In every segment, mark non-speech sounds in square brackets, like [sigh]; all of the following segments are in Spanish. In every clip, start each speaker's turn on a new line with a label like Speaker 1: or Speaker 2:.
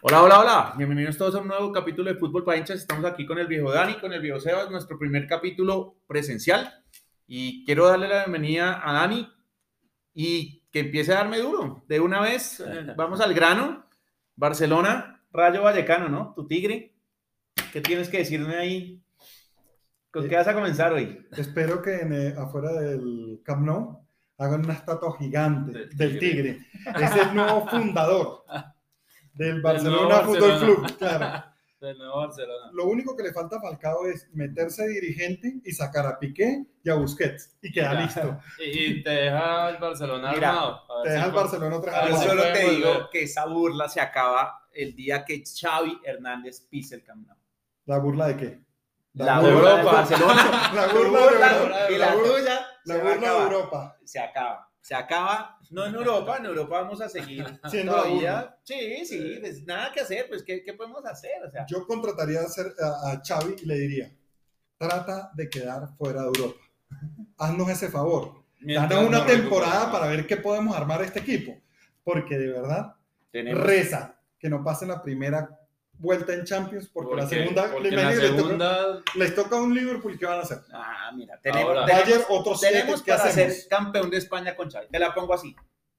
Speaker 1: Hola, hola, hola. Bienvenidos todos a un nuevo capítulo de Fútbol para hinchas. Estamos aquí con el viejo Dani, con el viejo Sebas, nuestro primer capítulo presencial. Y quiero darle la bienvenida a Dani y que empiece a darme duro. De una vez, eh, vamos al grano. Barcelona, Rayo Vallecano, ¿no? Tu tigre. ¿Qué tienes que decirme ahí? ¿Con qué vas a comenzar hoy?
Speaker 2: Espero que en, eh, afuera del Camp Nou hagan una estatua gigante
Speaker 1: Del
Speaker 2: del,
Speaker 1: tigre.
Speaker 2: tigre. Es el nuevo fundador del
Speaker 3: nuevo
Speaker 2: Barcelona
Speaker 3: Barcelona.
Speaker 2: Fútbol Club. Claro.
Speaker 3: Del nuevo Barcelona.
Speaker 2: Lo único que le falta a Falcao es meterse de dirigente y sacar a Piqué y a Busquets y queda
Speaker 3: Ya.
Speaker 2: listo.
Speaker 3: Y, y te deja el Barcelona
Speaker 1: Mira,
Speaker 3: armado. A ver
Speaker 2: Te
Speaker 3: si
Speaker 2: deja el
Speaker 3: con-
Speaker 2: Barcelona otra
Speaker 3: Ah,
Speaker 1: Yo
Speaker 2: vez.
Speaker 3: sí
Speaker 1: solo
Speaker 3: puede
Speaker 1: te digo
Speaker 3: volver.
Speaker 1: que esa burla se acaba el día que Xavi Hernández pise el Camp Nou.
Speaker 2: ¿La burla de qué?
Speaker 1: La
Speaker 3: burla
Speaker 1: burla de
Speaker 3: de
Speaker 1: Barcelona.
Speaker 2: [laughs] La
Speaker 1: Tu
Speaker 2: burla de Europa.
Speaker 1: burla y
Speaker 2: La
Speaker 1: la
Speaker 2: burla-
Speaker 1: tuya
Speaker 2: la
Speaker 1: se va a
Speaker 2: burla de
Speaker 1: acabar.
Speaker 2: Europa.
Speaker 1: se acaba. Se acaba, no en Europa, en Europa vamos a
Speaker 2: [laughs]
Speaker 1: seguir
Speaker 2: Siendo la burla.
Speaker 1: todavía. Sí, sí, pues nada que hacer, pues ¿qué, qué podemos hacer? O sea,
Speaker 2: Yo contrataría a, ser- a- a Xavi y le diría, trata de quedar fuera de Europa. Haznos ese favor.
Speaker 3: Mientras
Speaker 2: Danos una
Speaker 3: nos
Speaker 2: temporada
Speaker 3: recuperamos.
Speaker 2: para ver qué podemos armar este equipo. Porque de verdad,
Speaker 1: tenemos
Speaker 2: reza que no pasen la primera vuelta en Champions, porque, la
Speaker 3: Porque-
Speaker 2: segunda,
Speaker 3: porque la
Speaker 2: imagínate, les toca-
Speaker 3: segunda
Speaker 2: Les, toca, a un Liverpool que van a hacer.
Speaker 1: Ah, mira, tenemos,
Speaker 3: Ahora.
Speaker 1: tenemos-
Speaker 2: Bayern, otros siete,
Speaker 1: tenemos
Speaker 2: ¿qué
Speaker 1: para
Speaker 2: hacemos?
Speaker 1: ser campeón de España con Xavi. Te la pongo así.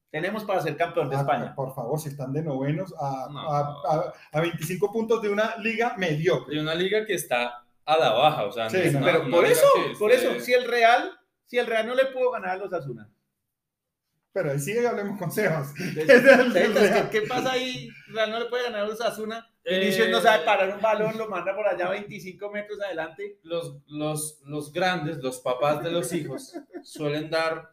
Speaker 1: Tenemos para ser campeón de
Speaker 2: Ah,
Speaker 1: España.
Speaker 2: Por favor, si están de novenos a,
Speaker 3: No.
Speaker 2: a- a- a 25 puntos de una liga mediocre.
Speaker 3: de una liga que está a la baja, o sea, no
Speaker 2: Sí,
Speaker 3: es una-
Speaker 1: Pero
Speaker 3: una
Speaker 1: por
Speaker 3: liga
Speaker 1: eso,
Speaker 3: que este-
Speaker 1: por
Speaker 3: esté-
Speaker 1: eso, si el Real, si el Real no le pudo ganar a los
Speaker 2: [laughs]
Speaker 1: Asuna.
Speaker 2: Pero ahí sigue, hablemos consejos. [laughs]
Speaker 1: ¿Qué pasa ahí? Real no le puede ganar a los Asuna.
Speaker 3: Eh,
Speaker 1: Vinicius no sabe parar un balón, lo manda por allá 25 metros adelante.
Speaker 3: eh, Los, los, los grandes, los papás de los hijos, suelen dar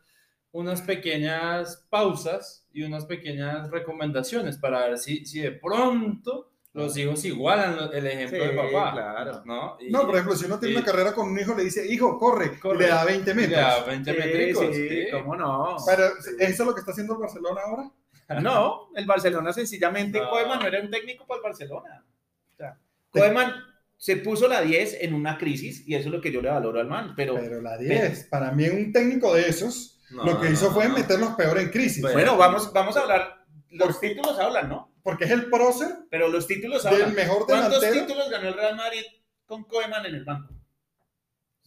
Speaker 3: unas pequeñas pausas y unas pequeñas recomendaciones para ver si, si de pronto los hijos igualan lo- el ejemplo
Speaker 1: Sí,
Speaker 3: de papá.
Speaker 1: claro.
Speaker 3: ¿no? Y-
Speaker 2: No, por ejemplo, si uno tiene
Speaker 3: Sí.
Speaker 2: una carrera con un hijo, le dice, hijo, corre,
Speaker 3: Corre.
Speaker 2: y le da 20 metros.
Speaker 3: Ya, 20 metricos, sí.
Speaker 1: ¿cómo no?
Speaker 2: Pero, ¿eso es lo que está haciendo el Barcelona ahora?
Speaker 1: No, el Barcelona sencillamente,
Speaker 3: No.
Speaker 1: Koeman no era un técnico para el Barcelona. O sea, Koeman se puso la 10 en una crisis y eso es lo que yo le valoro al man, pero
Speaker 2: Pero la 10, para mí un técnico de esos,
Speaker 3: No,
Speaker 2: lo que
Speaker 3: no,
Speaker 2: hizo
Speaker 3: no,
Speaker 2: fue
Speaker 3: no.
Speaker 2: meternos peor en crisis.
Speaker 3: Bueno.
Speaker 1: bueno, vamos, vamos a hablar, los títulos hablan, ¿no?
Speaker 2: Porque es el prócer
Speaker 1: Pero los títulos
Speaker 2: del
Speaker 1: hablan.
Speaker 2: mejor
Speaker 1: ¿Cuántos
Speaker 2: delantero.
Speaker 1: títulos ganó el Real Madrid con Koeman en el banco?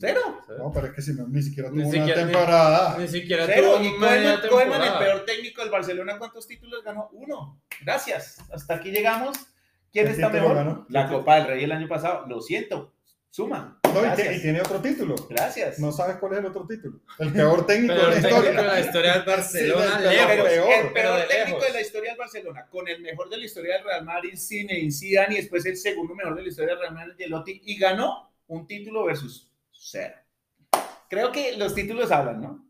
Speaker 1: Cero.
Speaker 2: No, pero es que si no, ni siquiera tuvo
Speaker 3: Ni
Speaker 2: una
Speaker 3: siquiera-
Speaker 2: temporada.
Speaker 3: Ni siquiera
Speaker 1: Cero.
Speaker 3: tuvo
Speaker 1: Y
Speaker 3: media
Speaker 1: Koeman, Koeman, el
Speaker 3: temporada.
Speaker 1: peor técnico del Barcelona, ¿cuántos títulos ganó? Uno. Gracias. Hasta aquí llegamos. ¿Quién
Speaker 2: ¿Qué
Speaker 1: está
Speaker 2: título
Speaker 1: mejor?
Speaker 2: ganó?
Speaker 1: La Copa del Rey el año pasado. Lo siento. Suma.
Speaker 2: No, y,
Speaker 1: Gracias.
Speaker 2: que- y tiene otro título.
Speaker 1: Gracias.
Speaker 2: No sabes cuál es el otro título. El
Speaker 3: [laughs]
Speaker 2: peor técnico
Speaker 3: Pero
Speaker 2: de la
Speaker 3: el técnico de
Speaker 2: historia.
Speaker 3: la historia del Barcelona,
Speaker 2: Sí, del
Speaker 3: lejos.
Speaker 1: pero
Speaker 2: peor,
Speaker 1: el peor
Speaker 3: pero de
Speaker 1: técnico
Speaker 3: lejos.
Speaker 1: de la historia del Barcelona, con el mejor de la historia del Real Madrid, Zinedine Zidane, y después el segundo mejor de la historia del Real Madrid, Ancelotti, y ganó un título versus cero. Creo que los títulos hablan, ¿no?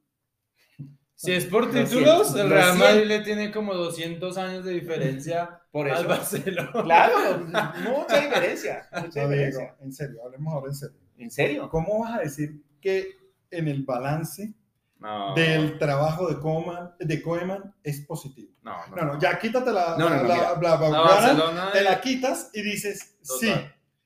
Speaker 3: Si es por
Speaker 1: Lo
Speaker 3: títulos,
Speaker 1: siento,
Speaker 3: el
Speaker 1: lo
Speaker 3: Real
Speaker 1: siento.
Speaker 3: Madrid le tiene como 200 años de diferencia
Speaker 1: Por
Speaker 3: al
Speaker 1: eso.
Speaker 3: Barcelona.
Speaker 1: Claro, mucha diferencia. Mucha
Speaker 2: No, Diego,
Speaker 1: diferencia.
Speaker 2: en serio, hablemos ahora en serio.
Speaker 1: ¿En serio?
Speaker 2: ¿Cómo vas a decir que en el balance
Speaker 3: No,
Speaker 2: del trabajo de Koeman, de Koeman es positivo?
Speaker 3: no, no.
Speaker 2: No, no, ya quítate la,
Speaker 1: No, no, no,
Speaker 2: la-
Speaker 1: mira.
Speaker 2: la- la-
Speaker 3: A
Speaker 2: la-
Speaker 3: Barcelona
Speaker 2: te la quitas y dices,
Speaker 3: Total.
Speaker 2: sí,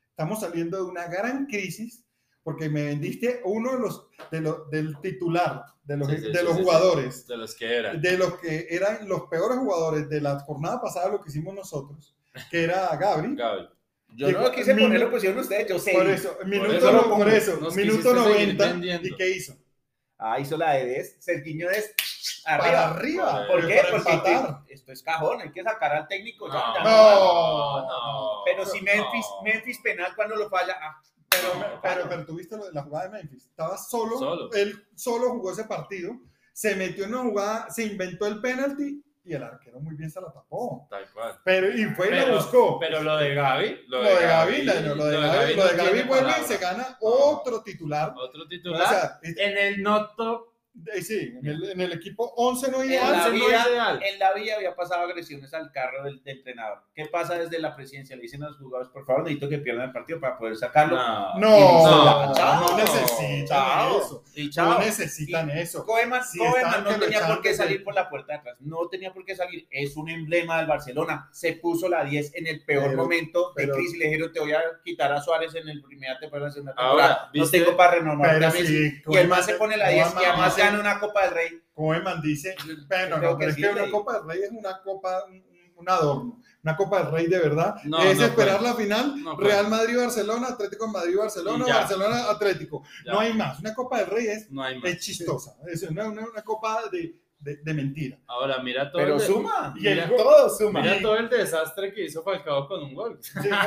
Speaker 2: estamos saliendo de una gran crisis porque me vendiste uno de los, de lo- del titular, de los,
Speaker 3: Sí, sí,
Speaker 2: de
Speaker 3: sí,
Speaker 2: los
Speaker 3: sí, sí.
Speaker 2: jugadores,
Speaker 3: de los que eran.
Speaker 2: de los que eran los peores jugadores de la jornada pasada, lo que hicimos nosotros, que era Gabri.
Speaker 3: Gaby.
Speaker 1: Yo no lo quise poner, lo pusieron ustedes, yo sé.
Speaker 2: Por eso, minuto,
Speaker 3: eso
Speaker 2: no-
Speaker 3: lo
Speaker 2: por
Speaker 3: pongo.
Speaker 2: eso,
Speaker 3: Nos
Speaker 2: minuto
Speaker 3: quisiste seguir
Speaker 2: 90.
Speaker 3: vendiendo.
Speaker 2: ¿Y qué hizo?
Speaker 1: Ah, hizo la de Des, Sergiño Des,
Speaker 2: Para
Speaker 1: arriba.
Speaker 2: arriba.
Speaker 1: ¿Por qué?
Speaker 2: Para
Speaker 1: Porque hay que-
Speaker 2: empatar.
Speaker 1: esto es cajón, hay que sacar al técnico. ya, ya va.
Speaker 2: No,
Speaker 1: Pero si Memphis, Memphis penal cuando lo falla, ah,
Speaker 2: Pero,
Speaker 3: No,
Speaker 2: pero, pero tuviste lo de la jugada de Memphis. Estaba solo,
Speaker 3: Solo.
Speaker 2: Él solo jugó ese partido. Se metió en una jugada, se inventó el penalti y el arquero muy bien se la tapó.
Speaker 3: Tal cual.
Speaker 2: Pero y fue y la
Speaker 3: Pero-
Speaker 2: buscó.
Speaker 3: Pero lo de Gaby.
Speaker 2: lo de Gaby,
Speaker 3: Gaby,
Speaker 2: no, lo de Gaby,
Speaker 3: no
Speaker 2: lo de Gaby vuelve
Speaker 3: tiene
Speaker 2: y
Speaker 3: palabra.
Speaker 2: se gana otro titular.
Speaker 3: Otro
Speaker 2: O
Speaker 3: titular.
Speaker 2: sea, es-
Speaker 3: en el no top.
Speaker 2: eh, sí, en el, en el equipo 11 no
Speaker 1: En la
Speaker 2: ideal.
Speaker 3: once no
Speaker 1: vida-
Speaker 3: ideal.
Speaker 1: en la vida había pasado agresiones al carro del, del entrenador. ¿Qué pasa desde la presidencia? Le dicen a los jugadores, por favor, necesito que pierdan el partido para poder sacarlo.
Speaker 3: No.
Speaker 2: No, no,
Speaker 3: No,
Speaker 1: chao.
Speaker 2: necesitan
Speaker 1: Chao.
Speaker 2: eso.
Speaker 1: Y chao.
Speaker 2: No necesitan eso.
Speaker 1: Coeman,
Speaker 2: Sí,
Speaker 1: Coeman
Speaker 2: estaban que
Speaker 1: no
Speaker 2: lo
Speaker 1: tenía
Speaker 2: echaban
Speaker 1: por qué
Speaker 2: desde-
Speaker 1: salir por la puerta de atrás, no tenía por qué salir, es un emblema del Barcelona, se puso la 10 en el peor
Speaker 2: Pero-
Speaker 1: momento de
Speaker 2: pero-
Speaker 1: crisis, le dijeron te voy a quitar a Suárez en el primer te para la segunda
Speaker 3: Ahora,
Speaker 1: temporada, no
Speaker 3: ¿viste?
Speaker 1: tengo para renovar
Speaker 2: Pero
Speaker 1: a Messi,
Speaker 2: sí,
Speaker 1: y el
Speaker 2: Koeman-
Speaker 1: más se pone la
Speaker 2: ¿eh? no,
Speaker 1: 10 y además
Speaker 2: mamá,
Speaker 1: gana una Copa del Rey,
Speaker 2: Koeman dice, bueno,
Speaker 1: Creo
Speaker 2: no,
Speaker 1: que
Speaker 2: pero es
Speaker 1: sí,
Speaker 2: que una
Speaker 1: Rey.
Speaker 2: Copa del Rey es una copa, un- un- un adorno. Una Copa del Rey de verdad
Speaker 3: No,
Speaker 2: es
Speaker 3: no
Speaker 2: esperar
Speaker 3: puede.
Speaker 2: la final
Speaker 3: No puede.
Speaker 2: Real Madrid-Barcelona, Atlético de Madrid-Barcelona,
Speaker 3: Y ya.
Speaker 2: Barcelona-Atlético.
Speaker 3: Ya.
Speaker 2: No hay más. Una Copa del Rey es,
Speaker 3: No hay más.
Speaker 2: es chistosa. Es una, una- una copa de, de, de mentira.
Speaker 3: Ahora mira todo,
Speaker 1: Pero
Speaker 3: el de-
Speaker 1: suma.
Speaker 2: Y el
Speaker 3: Mira.
Speaker 2: todo suma.
Speaker 3: mira todo el desastre que hizo Falcao con un gol.
Speaker 2: Sí, no.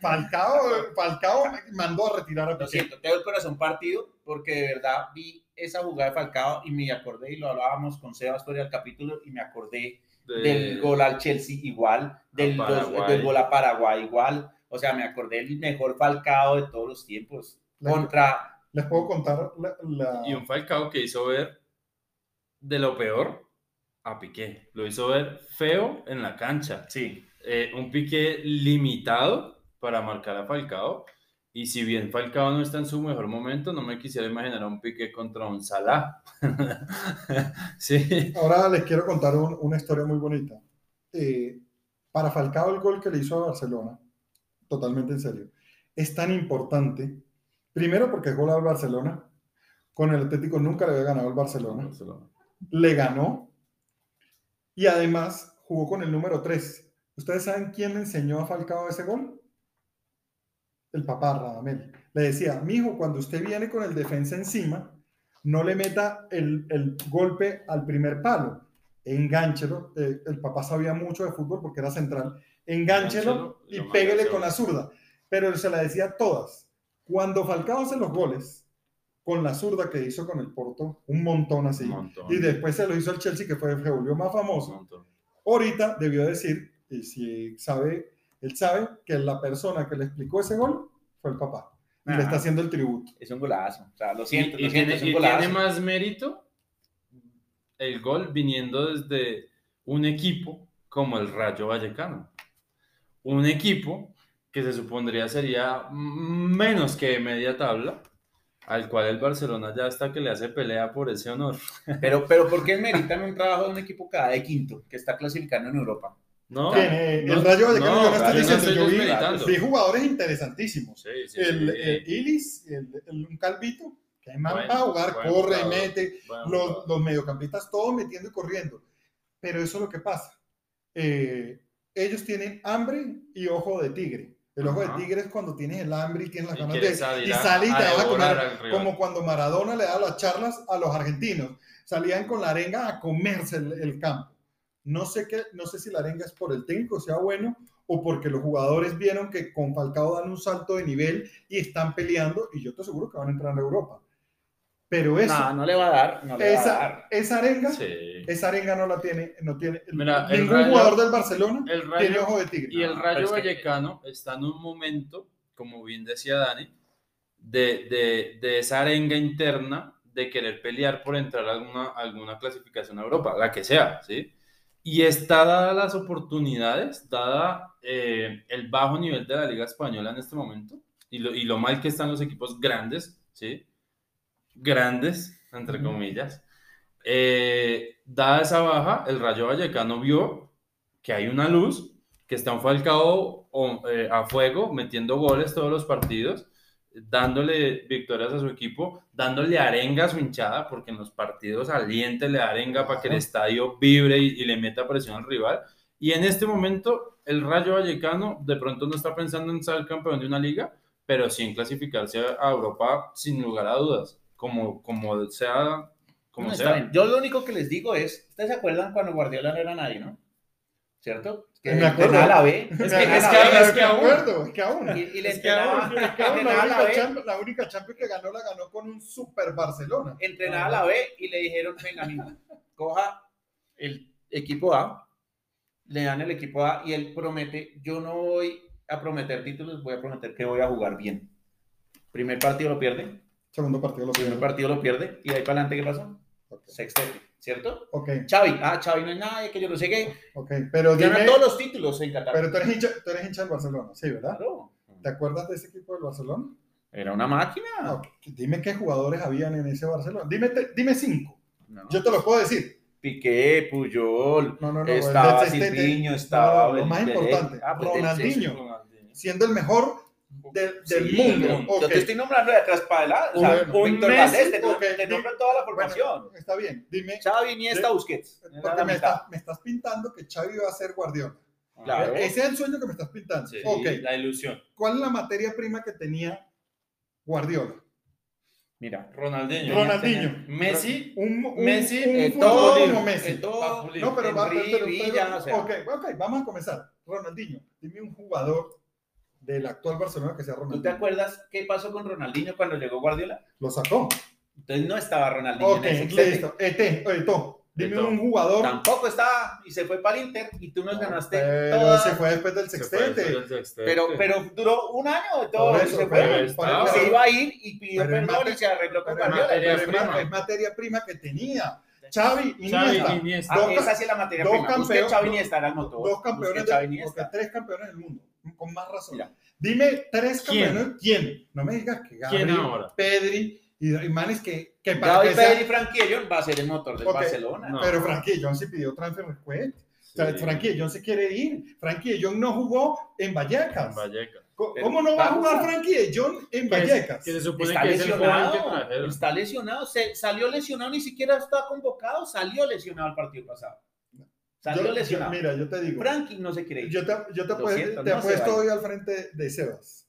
Speaker 2: Falcao, Falcao mandó a retirar a
Speaker 1: Lo
Speaker 2: Piqué.
Speaker 1: siento, tengo el corazón partido porque de verdad vi esa jugada de Falcao y me acordé, y lo hablábamos con Sebas fuera del capítulo, y me acordé
Speaker 3: De-
Speaker 1: del gol al Chelsea igual, del, dos-
Speaker 3: Paraguay.
Speaker 1: del gol a Paraguay igual. O sea, me acordé del mejor Falcao de todos los tiempos.
Speaker 2: La-
Speaker 1: Contra,
Speaker 2: Les puedo contar la, la-
Speaker 3: Y un Falcao que hizo ver de lo peor a Piqué. Lo hizo ver feo en la cancha.
Speaker 1: sí,
Speaker 3: Eh, un Piqué limitado para marcar a Falcao. Y si bien Falcao no está en su mejor momento, no me quisiera imaginar a un Piqué contra un Salah. [laughs] sí.
Speaker 2: Ahora les quiero contar un- una historia muy bonita. Eh, para Falcao el gol que le hizo a Barcelona, totalmente en serio, es tan importante, primero porque es gol al Barcelona, con el Atlético nunca le había ganado al Barcelona, le ganó y además jugó con el número 3. ¿Ustedes saben quién le enseñó a Falcao ese gol? El papá Radamel. Le decía, mijo, cuando usted viene con el defensa encima, no le meta el, el golpe al primer palo. Engánchelo. Eh, el papá sabía mucho de fútbol porque era central. Engánchelo
Speaker 3: Engánchelo y
Speaker 2: y
Speaker 3: lo manda
Speaker 2: pégale
Speaker 3: hacia
Speaker 2: con la zurda. Pero él se la decía a todas. Cuando Falcao hace los goles, con la zurda que hizo con el Porto, un montón así.
Speaker 3: Un montón.
Speaker 2: Y después se lo hizo al Chelsea, que fue el que volvió más
Speaker 3: Un
Speaker 2: famoso.
Speaker 3: montón.
Speaker 2: Ahorita debió decir, y si sabe, él sabe que la persona que le explicó ese gol fue el papá. Y le
Speaker 1: Ajá.
Speaker 3: Ah.
Speaker 2: está haciendo el tributo.
Speaker 1: es un golazo. O sea, lo
Speaker 3: Y,
Speaker 1: siento,
Speaker 3: y
Speaker 1: lo siento,
Speaker 3: tiene,
Speaker 1: es un
Speaker 3: y tiene
Speaker 1: golazo.
Speaker 3: más mérito el gol viniendo desde un equipo como el Rayo Vallecano. Un equipo que se supondría sería menos que media tabla, al cual el Barcelona ya hasta que le hace pelea por ese honor.
Speaker 1: Pero, pero ¿por qué meritan un trabajo de un equipo cada de quinto que está clasificando en Europa?
Speaker 3: ¿No?
Speaker 2: ¿Quién? Eh,
Speaker 3: no,
Speaker 2: el Rayo Vallecano,
Speaker 3: no,
Speaker 2: yo no estoy
Speaker 3: Rayo
Speaker 2: diciendo,
Speaker 3: estoy
Speaker 2: yo vi-
Speaker 3: desmeritando.
Speaker 2: vi jugadores interesantísimos.
Speaker 3: Sí, sí, sí,
Speaker 2: el,
Speaker 3: sí.
Speaker 2: eh, Ilis, el, el- un calvito, que es
Speaker 3: Bueno,
Speaker 2: para jugar,
Speaker 3: buen
Speaker 2: corre,
Speaker 3: jugador.
Speaker 2: mete,
Speaker 3: Bueno,
Speaker 2: los, los mediocampistas todos metiendo y corriendo. Pero eso es lo que pasa. Eh, ellos tienen hambre y ojo de tigre. El ojo
Speaker 3: Ajá.
Speaker 2: de tigre es cuando tienes el hambre y tienes las
Speaker 3: y
Speaker 2: ganas
Speaker 3: quiere
Speaker 2: de...
Speaker 3: salir
Speaker 2: y
Speaker 3: a-
Speaker 2: sale y
Speaker 3: a
Speaker 2: te vas a
Speaker 3: devorar
Speaker 2: comer,
Speaker 3: al rival.
Speaker 2: Como cuando Maradona le daba las charlas a los argentinos. Salían con la arenga a comerse el, el campo. No sé, qué, no sé si la arenga es por el técnico, sea bueno, o porque los jugadores vieron que con Falcao dan un salto de nivel y están peleando, y yo te aseguro que van a entrar a Europa. Pero eso,
Speaker 1: No, no le va a dar, no le va a dar.
Speaker 2: Pues, esa, esa arenga,
Speaker 3: Sí.
Speaker 2: esa arenga no la tiene, no tiene
Speaker 3: Mira, el
Speaker 2: ningún
Speaker 3: Rayo-
Speaker 2: jugador del Barcelona
Speaker 3: El
Speaker 2: tiene
Speaker 3: Rayo
Speaker 2: ojo de tigre.
Speaker 3: Y el
Speaker 1: No,
Speaker 3: Rayo
Speaker 1: pero es que-
Speaker 3: Vallecano está en un momento, como bien decía Dani, de, de- de esa arenga interna de querer pelear por entrar a alguna, alguna clasificación a Europa, la que sea, ¿sí? Y está dada las oportunidades, dada eh, el bajo nivel de la Liga Española en este momento, y lo, y lo mal que están los equipos grandes, ¿sí? Grandes, entre
Speaker 2: Ujú.
Speaker 3: comillas. Eh, dada esa baja, el Rayo Vallecano vio que hay una luz, que está un Falcao o, eh, a fuego, metiendo goles todos los partidos, dándole victorias a su equipo, dándole arenga a su hinchada, porque en los partidos aliente le da arenga para que el estadio vibre y, y le meta presión al rival. Y en este momento, el Rayo Vallecano de pronto no está pensando en ser campeón de una liga, pero sí en clasificarse a Europa sin lugar a dudas, como, como sea. Como
Speaker 1: No, está
Speaker 3: sea.
Speaker 1: bien. Yo lo único que les digo es, ¿ustedes se acuerdan cuando Guardiola no era nadie, no? ¿Cierto? Que
Speaker 2: [laughs] Me acuerdo.
Speaker 1: entrenaba la B.
Speaker 3: Es que-
Speaker 1: entrenaba
Speaker 3: es que-
Speaker 1: la B,
Speaker 3: es que
Speaker 2: Me
Speaker 3: aún-
Speaker 2: acuerdo, es
Speaker 1: [laughs]
Speaker 2: que aún.
Speaker 1: y, y le
Speaker 3: es que ahora- [laughs]
Speaker 1: entrenaba,
Speaker 2: Es que aún la,
Speaker 1: entrenaba la
Speaker 2: única
Speaker 1: B,
Speaker 2: Champions, la única Champions que ganó la ganó con un super Barcelona.
Speaker 1: entrenaba la B y le dijeron, venga, niño, coja el equipo A, le dan el equipo A y él promete, yo no voy a prometer títulos, voy a prometer que voy a jugar bien. Primer partido lo pierde,
Speaker 2: Segundo partido lo
Speaker 1: primer
Speaker 2: pierde.
Speaker 1: partido lo pierde y de ahí para adelante, ¿qué pasó?
Speaker 2: Ok,
Speaker 1: Sextete, ¿cierto?
Speaker 2: ok,
Speaker 1: Xavi, ah, Xavi no es nadie, que yo no sé qué.
Speaker 2: ok, Pero, Pues dime,
Speaker 1: Ganan todos los títulos en Qatar.
Speaker 2: pero tú, eres hincha, tú eres hincha del Barcelona, sí, ¿verdad?
Speaker 1: Claro.
Speaker 2: ¿Te acuerdas de ese equipo del Barcelona?
Speaker 1: Era una máquina.
Speaker 2: Ok, Dime qué jugadores habían en ese Barcelona. Dime, te- dime cinco.
Speaker 1: No.
Speaker 2: Yo te los puedo decir.
Speaker 1: Piqué, Puyol,
Speaker 2: No, no, no.
Speaker 1: estaba
Speaker 2: el- este-
Speaker 1: Silviño, estaba...
Speaker 2: no, lo más
Speaker 1: Beltrán.
Speaker 2: importante,
Speaker 1: pues,
Speaker 2: Ronaldinho.
Speaker 1: sí,
Speaker 2: siendo el mejor del, del
Speaker 1: sí,
Speaker 2: mundo.
Speaker 1: no,
Speaker 2: Ok,
Speaker 1: Yo te estoy nombrando de atrás para adelante. O sea,
Speaker 2: Bueno,
Speaker 3: un
Speaker 1: Víctor
Speaker 3: Messi,
Speaker 1: Valdés, te, nom-
Speaker 2: ok,
Speaker 1: te
Speaker 2: di-
Speaker 1: nombran toda la
Speaker 2: bueno,
Speaker 1: formación.
Speaker 2: está bien, dime,
Speaker 1: Xavi, Iniesta, Busquets. Era
Speaker 2: porque
Speaker 1: la
Speaker 2: me,
Speaker 1: mitad.
Speaker 2: estás- me estás pintando que Xavi va a ser Guardiola.
Speaker 1: Claro.
Speaker 2: Ese es el sueño que me estás pintando.
Speaker 3: Sí,
Speaker 2: ok,
Speaker 3: La ilusión.
Speaker 2: ¿cuál es la materia prima que tenía Guardiola?
Speaker 1: Mira,
Speaker 3: Ronaldinho.
Speaker 2: Ronaldinho.
Speaker 3: Messi.
Speaker 2: Un, un-
Speaker 3: Messi,
Speaker 2: un
Speaker 1: eh,
Speaker 2: futbolero
Speaker 1: todo,
Speaker 2: como Messi.
Speaker 1: eh, todo,
Speaker 3: Papulín.
Speaker 2: no, pero, va-
Speaker 1: Henry,
Speaker 2: pero- pero-
Speaker 1: Villa, o sea.
Speaker 2: ok, ok, vamos a comenzar. Ronaldinho, dime un jugador del actual Barcelona que sea
Speaker 1: ¿tú te
Speaker 2: Ronaldinho.
Speaker 1: acuerdas qué pasó con Ronaldinho cuando llegó Guardiola?
Speaker 2: Lo sacó.
Speaker 1: Entonces no estaba Ronaldinho
Speaker 2: Ok,
Speaker 1: en ese Celtic.
Speaker 2: listo. Eto, Eto, dime
Speaker 3: Eto'o.
Speaker 2: un jugador.
Speaker 1: Tampoco estaba y se fue para el Inter y tú nos ganaste
Speaker 2: pero
Speaker 1: todas.
Speaker 2: se fue después del
Speaker 3: Se fue,
Speaker 2: sextete.
Speaker 3: fue el sextete.
Speaker 1: Pero, pero duró un año de todo
Speaker 2: Por
Speaker 1: y
Speaker 2: eso,
Speaker 1: se
Speaker 2: pero-
Speaker 1: fue.
Speaker 2: pero-
Speaker 3: Ah,
Speaker 1: se iba a ir y pidió
Speaker 2: pero en
Speaker 1: perdón
Speaker 2: mate-
Speaker 1: y se arregló con
Speaker 2: pero en
Speaker 1: Guardiola.
Speaker 3: materia
Speaker 2: pero es ma-
Speaker 3: prima.
Speaker 2: es materia prima que tenía. Xavi,
Speaker 3: Xavi,
Speaker 2: Iniesta,
Speaker 3: Iniesta.
Speaker 1: Ah,
Speaker 2: dos
Speaker 1: esa sí es la materia
Speaker 2: dos
Speaker 1: prima. Busquets,
Speaker 2: campeones-
Speaker 1: Xavi Iniesta era el motor.
Speaker 2: dos campeones,
Speaker 1: Busquets, Xavi
Speaker 2: del-
Speaker 1: Iniesta.
Speaker 2: porque tres campeones del mundo, con más razón.
Speaker 1: Mira.
Speaker 2: Dime tres
Speaker 3: ¿Quién?
Speaker 2: campeones, ¿quién? No me digas que Gabri,
Speaker 3: ¿Quién ahora?
Speaker 2: Pedri y, y manes que, que para
Speaker 1: Gaby
Speaker 2: que sea-
Speaker 1: Pedri Franquillo va a ser el motor del
Speaker 2: Ok.
Speaker 1: Barcelona.
Speaker 3: No.
Speaker 2: Pero Frankie John sí pidió transfer request. O sea,
Speaker 3: Sí,
Speaker 2: Frankie John se quiere ir. Frankie John no jugó en Vallecas.
Speaker 3: Vallecas.
Speaker 2: Co-
Speaker 1: Pero
Speaker 2: ¿Cómo no va a
Speaker 1: vamos
Speaker 2: jugar
Speaker 1: a-
Speaker 2: Frankie John en
Speaker 3: Que es-
Speaker 2: Vallecas?
Speaker 3: Que se supone
Speaker 1: Está
Speaker 3: que es el joven que
Speaker 1: lesionado,
Speaker 3: trajeron.
Speaker 1: está lesionado, se salió lesionado, ni siquiera está convocado, salió lesionado el partido pasado. Salió
Speaker 2: Yo- yo-
Speaker 1: lesionado.
Speaker 2: mira, yo te digo.
Speaker 1: Frankie no se quiere ir.
Speaker 2: Yo te, yo te,
Speaker 1: Lo
Speaker 2: apue-
Speaker 1: siento,
Speaker 2: te
Speaker 1: no se
Speaker 2: apuesto
Speaker 1: vale.
Speaker 2: hoy al frente de Sebas.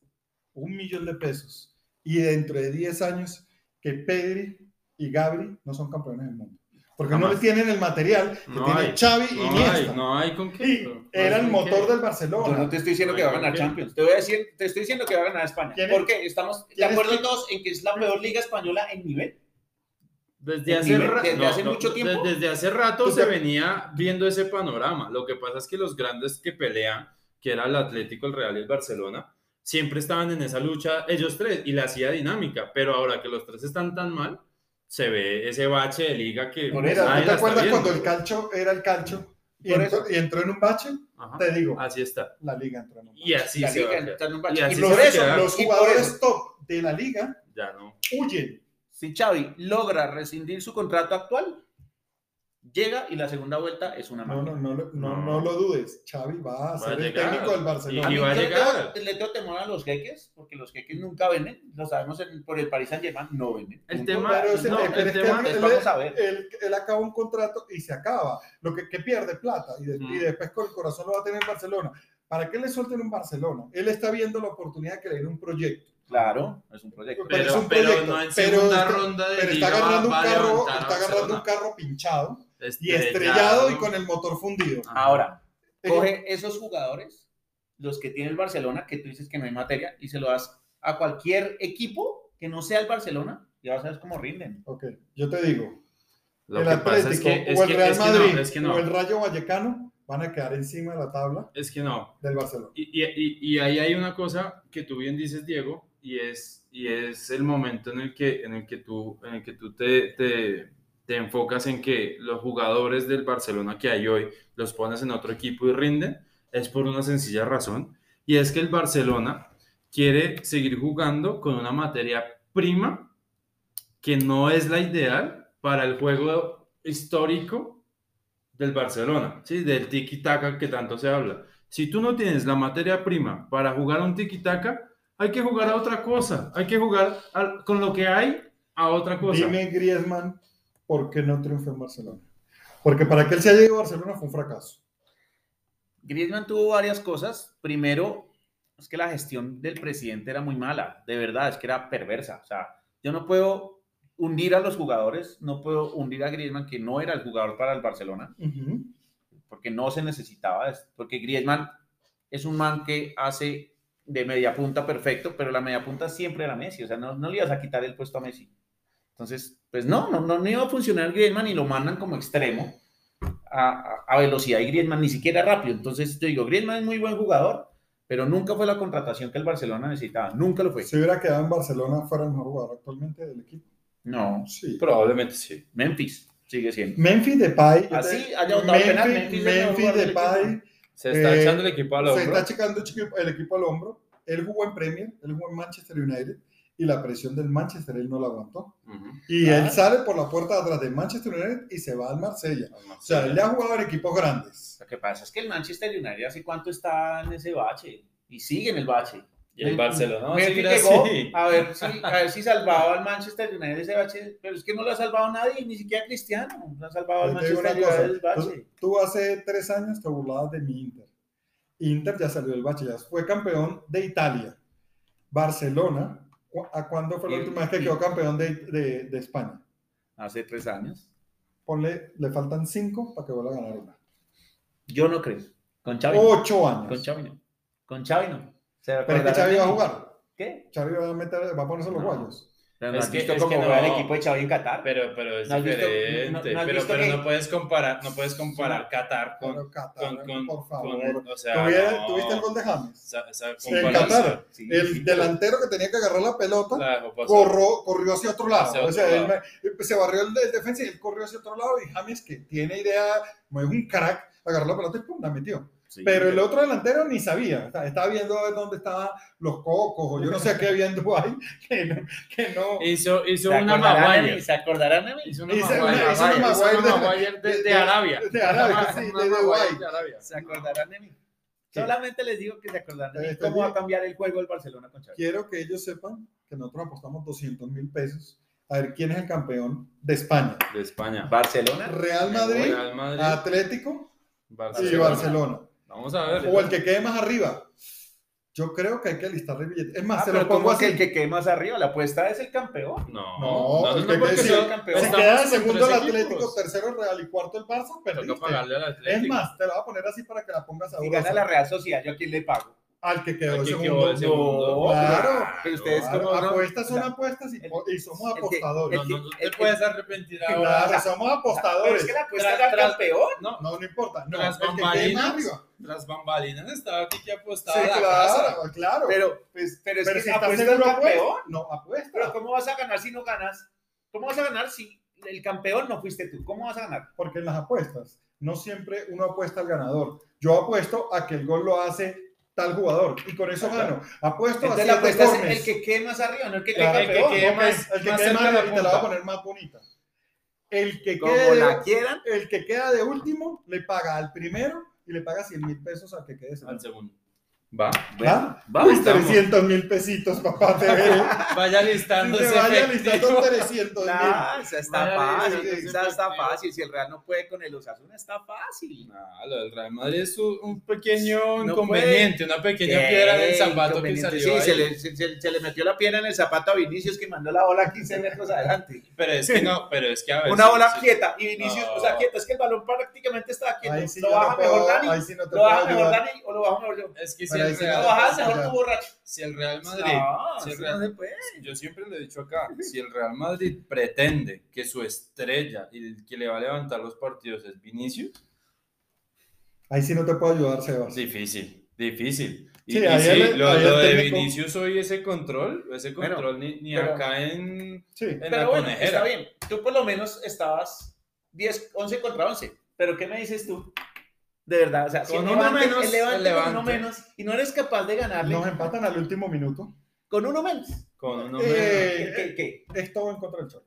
Speaker 2: Un millón de pesos. Y dentro de 10 años que Pedri y Gabri no son campeones del mundo. Porque no
Speaker 3: Jamás.
Speaker 2: le tienen el material que
Speaker 3: No
Speaker 2: tiene
Speaker 3: hay,
Speaker 2: Xavi y
Speaker 3: No hay,
Speaker 2: Iniesta.
Speaker 3: no hay con qué.
Speaker 2: Y
Speaker 3: no hay
Speaker 2: era el
Speaker 3: con
Speaker 2: motor
Speaker 3: qué.
Speaker 2: del Barcelona.
Speaker 1: Yo no te estoy diciendo que va a ganar
Speaker 3: Oigan,
Speaker 1: Champions. Te voy a decir, te estoy diciendo que va a ganar España.
Speaker 2: ¿Quién es?
Speaker 1: ¿Por qué? Estamos de
Speaker 2: ¿Quién es
Speaker 1: acuerdo
Speaker 2: que-
Speaker 1: todos en que es la peor liga española en nivel.
Speaker 3: Desde
Speaker 1: El
Speaker 3: hace,
Speaker 1: nivel
Speaker 3: ra-
Speaker 1: desde hace mucho
Speaker 3: de-
Speaker 1: tiempo.
Speaker 3: Desde hace rato
Speaker 2: ¿Tú
Speaker 3: se
Speaker 2: te-
Speaker 3: venía viendo ese panorama. Lo que pasa es que los grandes que pelean, que era el Atlético, el Real y el Barcelona, siempre estaban en esa lucha ellos tres y la hacía dinámica. Pero ahora que los tres están tan mal, se ve ese bache de liga que.
Speaker 1: Por
Speaker 2: Mira, ¿tú
Speaker 3: nadie
Speaker 2: te
Speaker 3: la Ah, está
Speaker 2: acuerdas
Speaker 3: viendo.
Speaker 2: cuando el calcho era el calcho? Y
Speaker 1: Por
Speaker 2: entró, y entró en un bache,
Speaker 3: Ajá,
Speaker 2: te digo,
Speaker 3: Así está.
Speaker 2: la liga entró en un bache.
Speaker 3: Ah. Y así
Speaker 1: La
Speaker 3: se
Speaker 1: liga
Speaker 3: va a quedar.
Speaker 1: está en un bache.
Speaker 3: Y así
Speaker 1: Y
Speaker 2: Y
Speaker 3: se
Speaker 1: por
Speaker 2: los,
Speaker 3: va a
Speaker 1: eso,
Speaker 3: quedar.
Speaker 2: los
Speaker 1: y por
Speaker 2: jugadores
Speaker 1: eso,
Speaker 2: top de la liga
Speaker 3: Ya no.
Speaker 2: huyen.
Speaker 1: si Xavi logra rescindir su contrato actual, llega y la segunda vuelta es una
Speaker 2: No,
Speaker 1: mala.
Speaker 2: no, no, lo- no,
Speaker 3: No.
Speaker 2: no lo dudes. Xavi va a
Speaker 3: Va a
Speaker 2: ser el
Speaker 3: llegar.
Speaker 2: técnico del Barcelona.
Speaker 3: Y
Speaker 1: Yo
Speaker 3: va a
Speaker 1: le
Speaker 3: llegar.
Speaker 1: tengo- le tengo temor a los jeques, porque los jeques nunca venden. Lo sabemos en- por el Paris Saint Germain, no venden.
Speaker 3: El
Speaker 1: Punto.
Speaker 3: tema-
Speaker 2: Pero ese-
Speaker 3: no,
Speaker 2: pero
Speaker 3: el
Speaker 2: es que
Speaker 3: tema-
Speaker 2: él-
Speaker 1: Entonces, vamos a ver.
Speaker 2: él, él acaba un contrato y se acaba. Lo que, que pierde plata y, de-
Speaker 3: Mm.
Speaker 2: y después con el corazón lo va a tener en Barcelona. ¿Para qué le suelten un Barcelona? Él está viendo la oportunidad que le dé un proyecto.
Speaker 1: Claro, es un proyecto.
Speaker 2: Pero es
Speaker 3: Pero,
Speaker 2: un
Speaker 3: pero
Speaker 2: proyecto,
Speaker 3: no en
Speaker 2: pero
Speaker 3: segunda
Speaker 2: está-
Speaker 3: ronda de
Speaker 2: Pero
Speaker 3: liga
Speaker 2: está agarrando un
Speaker 3: va a
Speaker 2: carro,
Speaker 3: levantar Este, a
Speaker 2: está agarrando un
Speaker 3: Barcelona.
Speaker 2: carro pinchado y estrellado y con el motor fundido.
Speaker 3: Ajá.
Speaker 1: Ahora,
Speaker 2: Eh,
Speaker 1: coge esos jugadores, los que tiene el Barcelona, que tú dices que no hay materia, y se lo das a cualquier equipo que no sea el Barcelona, y vas a ver cómo rinden.
Speaker 2: ok, yo te digo,
Speaker 3: Lo
Speaker 2: el
Speaker 3: que pasa
Speaker 2: Atlético
Speaker 3: es que, es
Speaker 2: o el
Speaker 3: que-
Speaker 2: Real
Speaker 3: es que
Speaker 2: Madrid
Speaker 3: no, es que
Speaker 2: o el
Speaker 3: no,
Speaker 2: Rayo Vallecano van a quedar encima de la tabla
Speaker 3: es que no.
Speaker 2: del Barcelona.
Speaker 3: Y, y- y- y ahí hay una cosa que tú bien dices, Diego, y es, y es el momento en el que, en el que tú, en el que tú te, te- te enfocas en que los jugadores del Barcelona que hay hoy los pones en otro equipo y rinden, es por una sencilla razón, y es que el Barcelona quiere seguir jugando con una materia prima que no es la ideal para el juego histórico del Barcelona, ¿sí? del tiki-taka que tanto se habla. Si tú no tienes la materia prima para jugar un tiki-taka, hay que jugar a otra cosa. Hay que jugar al- con lo que hay a otra cosa.
Speaker 2: Dime, Griezmann, ¿por qué no triunfó en Barcelona? Porque para que él se haya ido a Barcelona fue un fracaso.
Speaker 1: Griezmann tuvo varias cosas. Primero, es que la gestión del presidente era muy mala, de verdad, es que era perversa. O sea, yo no puedo hundir a los jugadores, no puedo hundir a Griezmann, que no era el jugador para el Barcelona. porque no se necesitaba, es- porque Griezmann es un man que hace de media punta perfecto, pero la media punta siempre era Messi, o sea, no, no le ibas a quitar el puesto a Messi. Entonces, pues no, no, no, no iba a funcionar Griezmann y lo mandan como extremo a, a- a velocidad y Griezmann ni siquiera rápido. Entonces, yo digo, Griezmann es muy buen jugador, pero nunca fue la contratación que el Barcelona necesitaba, nunca lo fue.
Speaker 2: Si hubiera quedado en Barcelona, fuera el mejor jugador actualmente del equipo.
Speaker 1: No,
Speaker 2: Sí.
Speaker 3: Probablemente sí.
Speaker 1: Memphis sigue siendo.
Speaker 2: Memphis Depay. yo te-
Speaker 1: Así Ah, haya votado
Speaker 2: Memphis,
Speaker 1: penal, Memphis es el mejor
Speaker 2: Memphis
Speaker 1: jugador del
Speaker 2: Depay
Speaker 3: Se está
Speaker 2: Eh,
Speaker 3: echando el equipo a la
Speaker 2: se está checando chiqui- el equipo al hombro. Él jugó en Premier, él jugó en Manchester United y la presión del Manchester él no la aguantó. Y
Speaker 1: Claro.
Speaker 2: él sale por la puerta de atrás del Manchester United y se va al Marsella. O sea, él le ha jugado en equipos grandes.
Speaker 1: Lo que pasa es que el Manchester United hace cuánto está en ese bache y sigue en el bache.
Speaker 3: Y el Barcelona va a
Speaker 1: Messi
Speaker 3: seguir
Speaker 1: llegó
Speaker 3: así.
Speaker 2: Ah,
Speaker 1: a ver, si, a ver si salvaba al Manchester United de ese bache, pero es que no lo ha salvado nadie, ni siquiera Cristiano. No ha salvado al
Speaker 2: Yo te digo
Speaker 1: Manchester
Speaker 2: una
Speaker 1: United del
Speaker 2: cosa,
Speaker 1: bache.
Speaker 2: tú, tú hace tres años te burlabas de mi Inter. Inter ya salió del bachiller, fue campeón de Italia. Barcelona, ¿cu- ¿a cuándo fue la
Speaker 1: Y-
Speaker 2: última vez que
Speaker 1: y-
Speaker 2: quedó campeón de, de- de España?
Speaker 1: hace tres años.
Speaker 2: Ponle, le faltan cinco para que vuelva a ganar una.
Speaker 1: Yo no creo. Con Xavi. no.
Speaker 2: Ocho
Speaker 1: Con
Speaker 2: años.
Speaker 1: Xavi no. Con Xavi no. Se
Speaker 2: Pero es que
Speaker 1: acordarán
Speaker 2: Xavi
Speaker 1: de
Speaker 2: va a
Speaker 1: mí.
Speaker 2: jugar.
Speaker 1: ¿Qué?
Speaker 2: Xavi va a, meter, va a ponerse los
Speaker 1: No.
Speaker 2: guayos.
Speaker 1: Pero no
Speaker 3: Es
Speaker 1: has
Speaker 3: que-
Speaker 1: visto
Speaker 3: es
Speaker 1: cómo
Speaker 3: que
Speaker 1: juega el
Speaker 3: no.
Speaker 1: equipo de Xavi en Qatar.
Speaker 3: Pero, pero es
Speaker 1: ¿No has visto-
Speaker 3: diferente.
Speaker 1: no- no has
Speaker 3: pero
Speaker 1: visto
Speaker 3: pero
Speaker 1: que-
Speaker 3: no puedes comparar, no puedes comparar Qatar con,
Speaker 2: Pero Qatar,
Speaker 3: con, con,
Speaker 2: por
Speaker 3: con
Speaker 2: favor.
Speaker 3: o sea,
Speaker 2: ¿Tuviera-
Speaker 3: no.
Speaker 2: ¿Tuviste el gol de James?
Speaker 3: Esa- esa
Speaker 2: En
Speaker 3: comparación
Speaker 2: Qatar.
Speaker 1: Sí, sí,
Speaker 2: El
Speaker 1: pero-
Speaker 2: delantero que tenía que agarrar la pelota
Speaker 3: la dejó pasar.
Speaker 2: corró, corrió hacia otro lado.
Speaker 3: Hacia
Speaker 2: o
Speaker 3: otro
Speaker 2: sea, él me- se barrió el, el defensa y él corrió hacia otro lado. Y James, que tiene idea, como es un crack, agarró la pelota y pum, la metió.
Speaker 1: sí,
Speaker 2: Pero el otro delantero ni sabía. Está- Estaba viendo a ver dónde estaban los cocos o yo no sé qué había en Dubái. [laughs] Que no. Que no.
Speaker 3: Hizo, hizo
Speaker 1: se
Speaker 3: una
Speaker 1: acordarán de mí,
Speaker 3: maguaya.
Speaker 1: se acordarán de mí.
Speaker 3: Hizo una
Speaker 2: Hizo
Speaker 3: maguaya.
Speaker 2: una- hizo una
Speaker 3: hizo una
Speaker 2: maguaya de-
Speaker 3: maguaya de,
Speaker 2: de-
Speaker 3: de Arabia.
Speaker 2: de
Speaker 3: [laughs]
Speaker 2: Arabia, sí,
Speaker 3: Una
Speaker 2: de
Speaker 3: maguaya
Speaker 2: Dubái.
Speaker 3: de Arabia.
Speaker 1: Se acordarán de mí.
Speaker 2: Sí.
Speaker 1: Solamente les digo que se acordarán de mí.
Speaker 2: Estoy
Speaker 1: ¿Cómo va a
Speaker 2: bien.
Speaker 1: cambiar el juego el Barcelona con Xavi?
Speaker 2: Quiero que ellos sepan que nosotros apostamos 200 mil pesos a ver quién es el campeón de España.
Speaker 3: De España.
Speaker 1: Barcelona.
Speaker 2: Real Madrid,
Speaker 3: Real Madrid,
Speaker 2: Atlético y
Speaker 3: Barcelona.
Speaker 2: Barcelona.
Speaker 3: Vamos a ver.
Speaker 2: O el que quede más arriba. Yo creo que hay que alistarle billete. Es más,
Speaker 1: Ah,
Speaker 2: se lo
Speaker 1: pero
Speaker 2: pongo
Speaker 1: ¿cómo
Speaker 2: así.
Speaker 1: que el que quede más arriba? La apuesta es el campeón.
Speaker 3: No,
Speaker 2: No, el que
Speaker 3: porque
Speaker 2: quede-
Speaker 3: son-
Speaker 1: sí, campeón.
Speaker 2: Si
Speaker 1: estamos
Speaker 2: queda
Speaker 3: en
Speaker 2: segundo el
Speaker 3: tres
Speaker 2: Atlético,
Speaker 3: equipos.
Speaker 2: tercero el Real y cuarto el Barça,
Speaker 3: Toca
Speaker 2: perdiste.
Speaker 3: pagarle al Atlético.
Speaker 2: Es más, te la voy a poner así para que la pongas a
Speaker 1: Si
Speaker 2: dudas.
Speaker 1: gana la Real Sociedad, ¿yo a quién le pago?
Speaker 2: Al que quedó
Speaker 3: Al que
Speaker 2: segundo.
Speaker 3: quedó de segundo.
Speaker 1: No,
Speaker 2: Claro.
Speaker 1: Pero ustedes
Speaker 2: Claro,
Speaker 1: como no-
Speaker 2: apuestas son
Speaker 1: o sea,
Speaker 2: apuestas y,
Speaker 1: el-
Speaker 2: y somos
Speaker 1: el que-
Speaker 2: apostadores.
Speaker 3: No, no, no te
Speaker 1: el-
Speaker 3: puedes arrepentir ahora.
Speaker 2: claro, somos
Speaker 1: Pero es
Speaker 2: apostadores.
Speaker 1: que la apuesta
Speaker 3: Tras-
Speaker 1: era
Speaker 3: tras-
Speaker 1: campeón.
Speaker 3: No,
Speaker 2: No, no importa. No,
Speaker 3: Las
Speaker 2: el que quede más
Speaker 3: bambalinas.
Speaker 2: arriba.
Speaker 3: las bambalinas estaba aquí que apostaba
Speaker 2: Sí,
Speaker 3: la casa.
Speaker 2: claro, claro.
Speaker 1: Pero, pues, pero es
Speaker 2: Pero
Speaker 1: que
Speaker 2: si estás
Speaker 1: apuesta
Speaker 2: seguro,
Speaker 1: al
Speaker 2: apuesta.
Speaker 1: campeón.
Speaker 2: No,
Speaker 1: Pero
Speaker 2: apuesta.
Speaker 1: ¿cómo vas a ganar si no ganas? ¿Cómo vas a ganar si el campeón no fuiste tú? ¿Cómo vas a ganar?
Speaker 2: porque en las apuestas no siempre uno apuesta al ganador. Yo apuesto a que el gol lo hace tal jugador y con eso gano. Apuesto a
Speaker 1: Entonces
Speaker 2: siete
Speaker 1: la apuesta es
Speaker 2: goles.
Speaker 1: el que quede más arriba, no el que quede
Speaker 2: Claro,
Speaker 3: el que
Speaker 1: campeón.
Speaker 2: ok,
Speaker 3: quede más-
Speaker 2: el que
Speaker 3: más
Speaker 2: quede
Speaker 3: cerca
Speaker 2: más-
Speaker 3: de la
Speaker 2: y te la voy a
Speaker 3: punta.
Speaker 2: poner más bonita. El que,
Speaker 1: Como
Speaker 2: quede,
Speaker 1: la quieran,
Speaker 2: el que queda de último le paga al primero y le paga 100 mil pesos al que quede
Speaker 3: Al
Speaker 2: segundo.
Speaker 3: segundo. Va.
Speaker 1: Ah,
Speaker 2: ¿Va?
Speaker 3: vamos,
Speaker 2: Uy, 300 mil pesitos, papá, te veo.
Speaker 3: Vaya
Speaker 2: Si
Speaker 3: listando
Speaker 2: te
Speaker 3: ese
Speaker 2: vaya
Speaker 3: efectivo.
Speaker 2: listando 300 mil.
Speaker 1: Nah, esa está
Speaker 3: Vale,
Speaker 1: fácil,
Speaker 2: sí, sí,
Speaker 1: esa
Speaker 3: sí,
Speaker 1: está
Speaker 3: sí.
Speaker 1: fácil. Si el Real no puede con el Osasuna, está fácil.
Speaker 3: Nah, Ah, lo del Real Madrid es un un
Speaker 1: No
Speaker 3: pequeño inconveniente, una pequeña
Speaker 1: Qué
Speaker 3: piedra del zapato que
Speaker 1: inconveniente.
Speaker 3: salió
Speaker 1: Sí,
Speaker 3: ahí.
Speaker 1: se le, se- se- se le metió la piedra en el zapato a Vinicius que mandó la bola 15 metros adelante.
Speaker 3: Pero es que no, pero es que a veces...
Speaker 1: Una bola
Speaker 3: sí.
Speaker 1: quieta y Vinicius,
Speaker 3: No.
Speaker 1: o sea, quieta, es que el balón prácticamente estaba quieto.
Speaker 2: Ahí sí
Speaker 1: lo
Speaker 2: yo
Speaker 1: baja
Speaker 2: no
Speaker 1: mejor
Speaker 2: puedo-
Speaker 1: Dani,
Speaker 2: ahí sí no te
Speaker 1: lo
Speaker 2: puedo
Speaker 1: baja mejor
Speaker 2: ayudar.
Speaker 1: Dani o lo baja mejor yo.
Speaker 3: Es que
Speaker 2: Pero
Speaker 3: si
Speaker 2: ahí
Speaker 3: el
Speaker 2: sí
Speaker 1: Lo
Speaker 2: no
Speaker 3: Real,
Speaker 2: te-
Speaker 1: bajas
Speaker 2: ya.
Speaker 1: mejor tu borracho.
Speaker 3: si el Real Madrid...
Speaker 1: No,
Speaker 3: si el
Speaker 1: eso
Speaker 3: Real-
Speaker 1: no se puede.
Speaker 3: Yo siempre le he dicho acá, si el Real Madrid pretende que su estrella y el que le va a levantar los partidos es Vinicius,
Speaker 2: Ahí sí no te puedo ayudar, Sebas.
Speaker 3: difícil, difícil. Y,
Speaker 2: Sí,
Speaker 3: y
Speaker 2: ahí
Speaker 3: sí,
Speaker 2: el-
Speaker 3: lo,
Speaker 2: ahí
Speaker 3: lo
Speaker 2: el
Speaker 3: de
Speaker 2: técnico-
Speaker 3: Vinicius hoy, ese control, ese
Speaker 1: Bueno,
Speaker 3: control ni, ni
Speaker 1: pero-
Speaker 3: acá en,
Speaker 2: Sí.
Speaker 3: en la
Speaker 1: Pero bueno,
Speaker 3: conejera.
Speaker 1: está bien. Tú por lo menos estabas 10, 11 contra 11. Pero ¿qué me dices tú? De verdad, o sea, si
Speaker 3: Con
Speaker 1: el
Speaker 3: uno
Speaker 1: Levante-
Speaker 3: menos,
Speaker 1: el Levante
Speaker 3: el
Speaker 1: con uno
Speaker 3: Levante.
Speaker 1: menos y no eres capaz de ganarle
Speaker 2: Nos empatan al último minuto.
Speaker 1: con uno menos.
Speaker 3: Con uno
Speaker 2: Eh,
Speaker 1: ¿Qué, qué, qué?
Speaker 2: Es todo en contra del Cholo.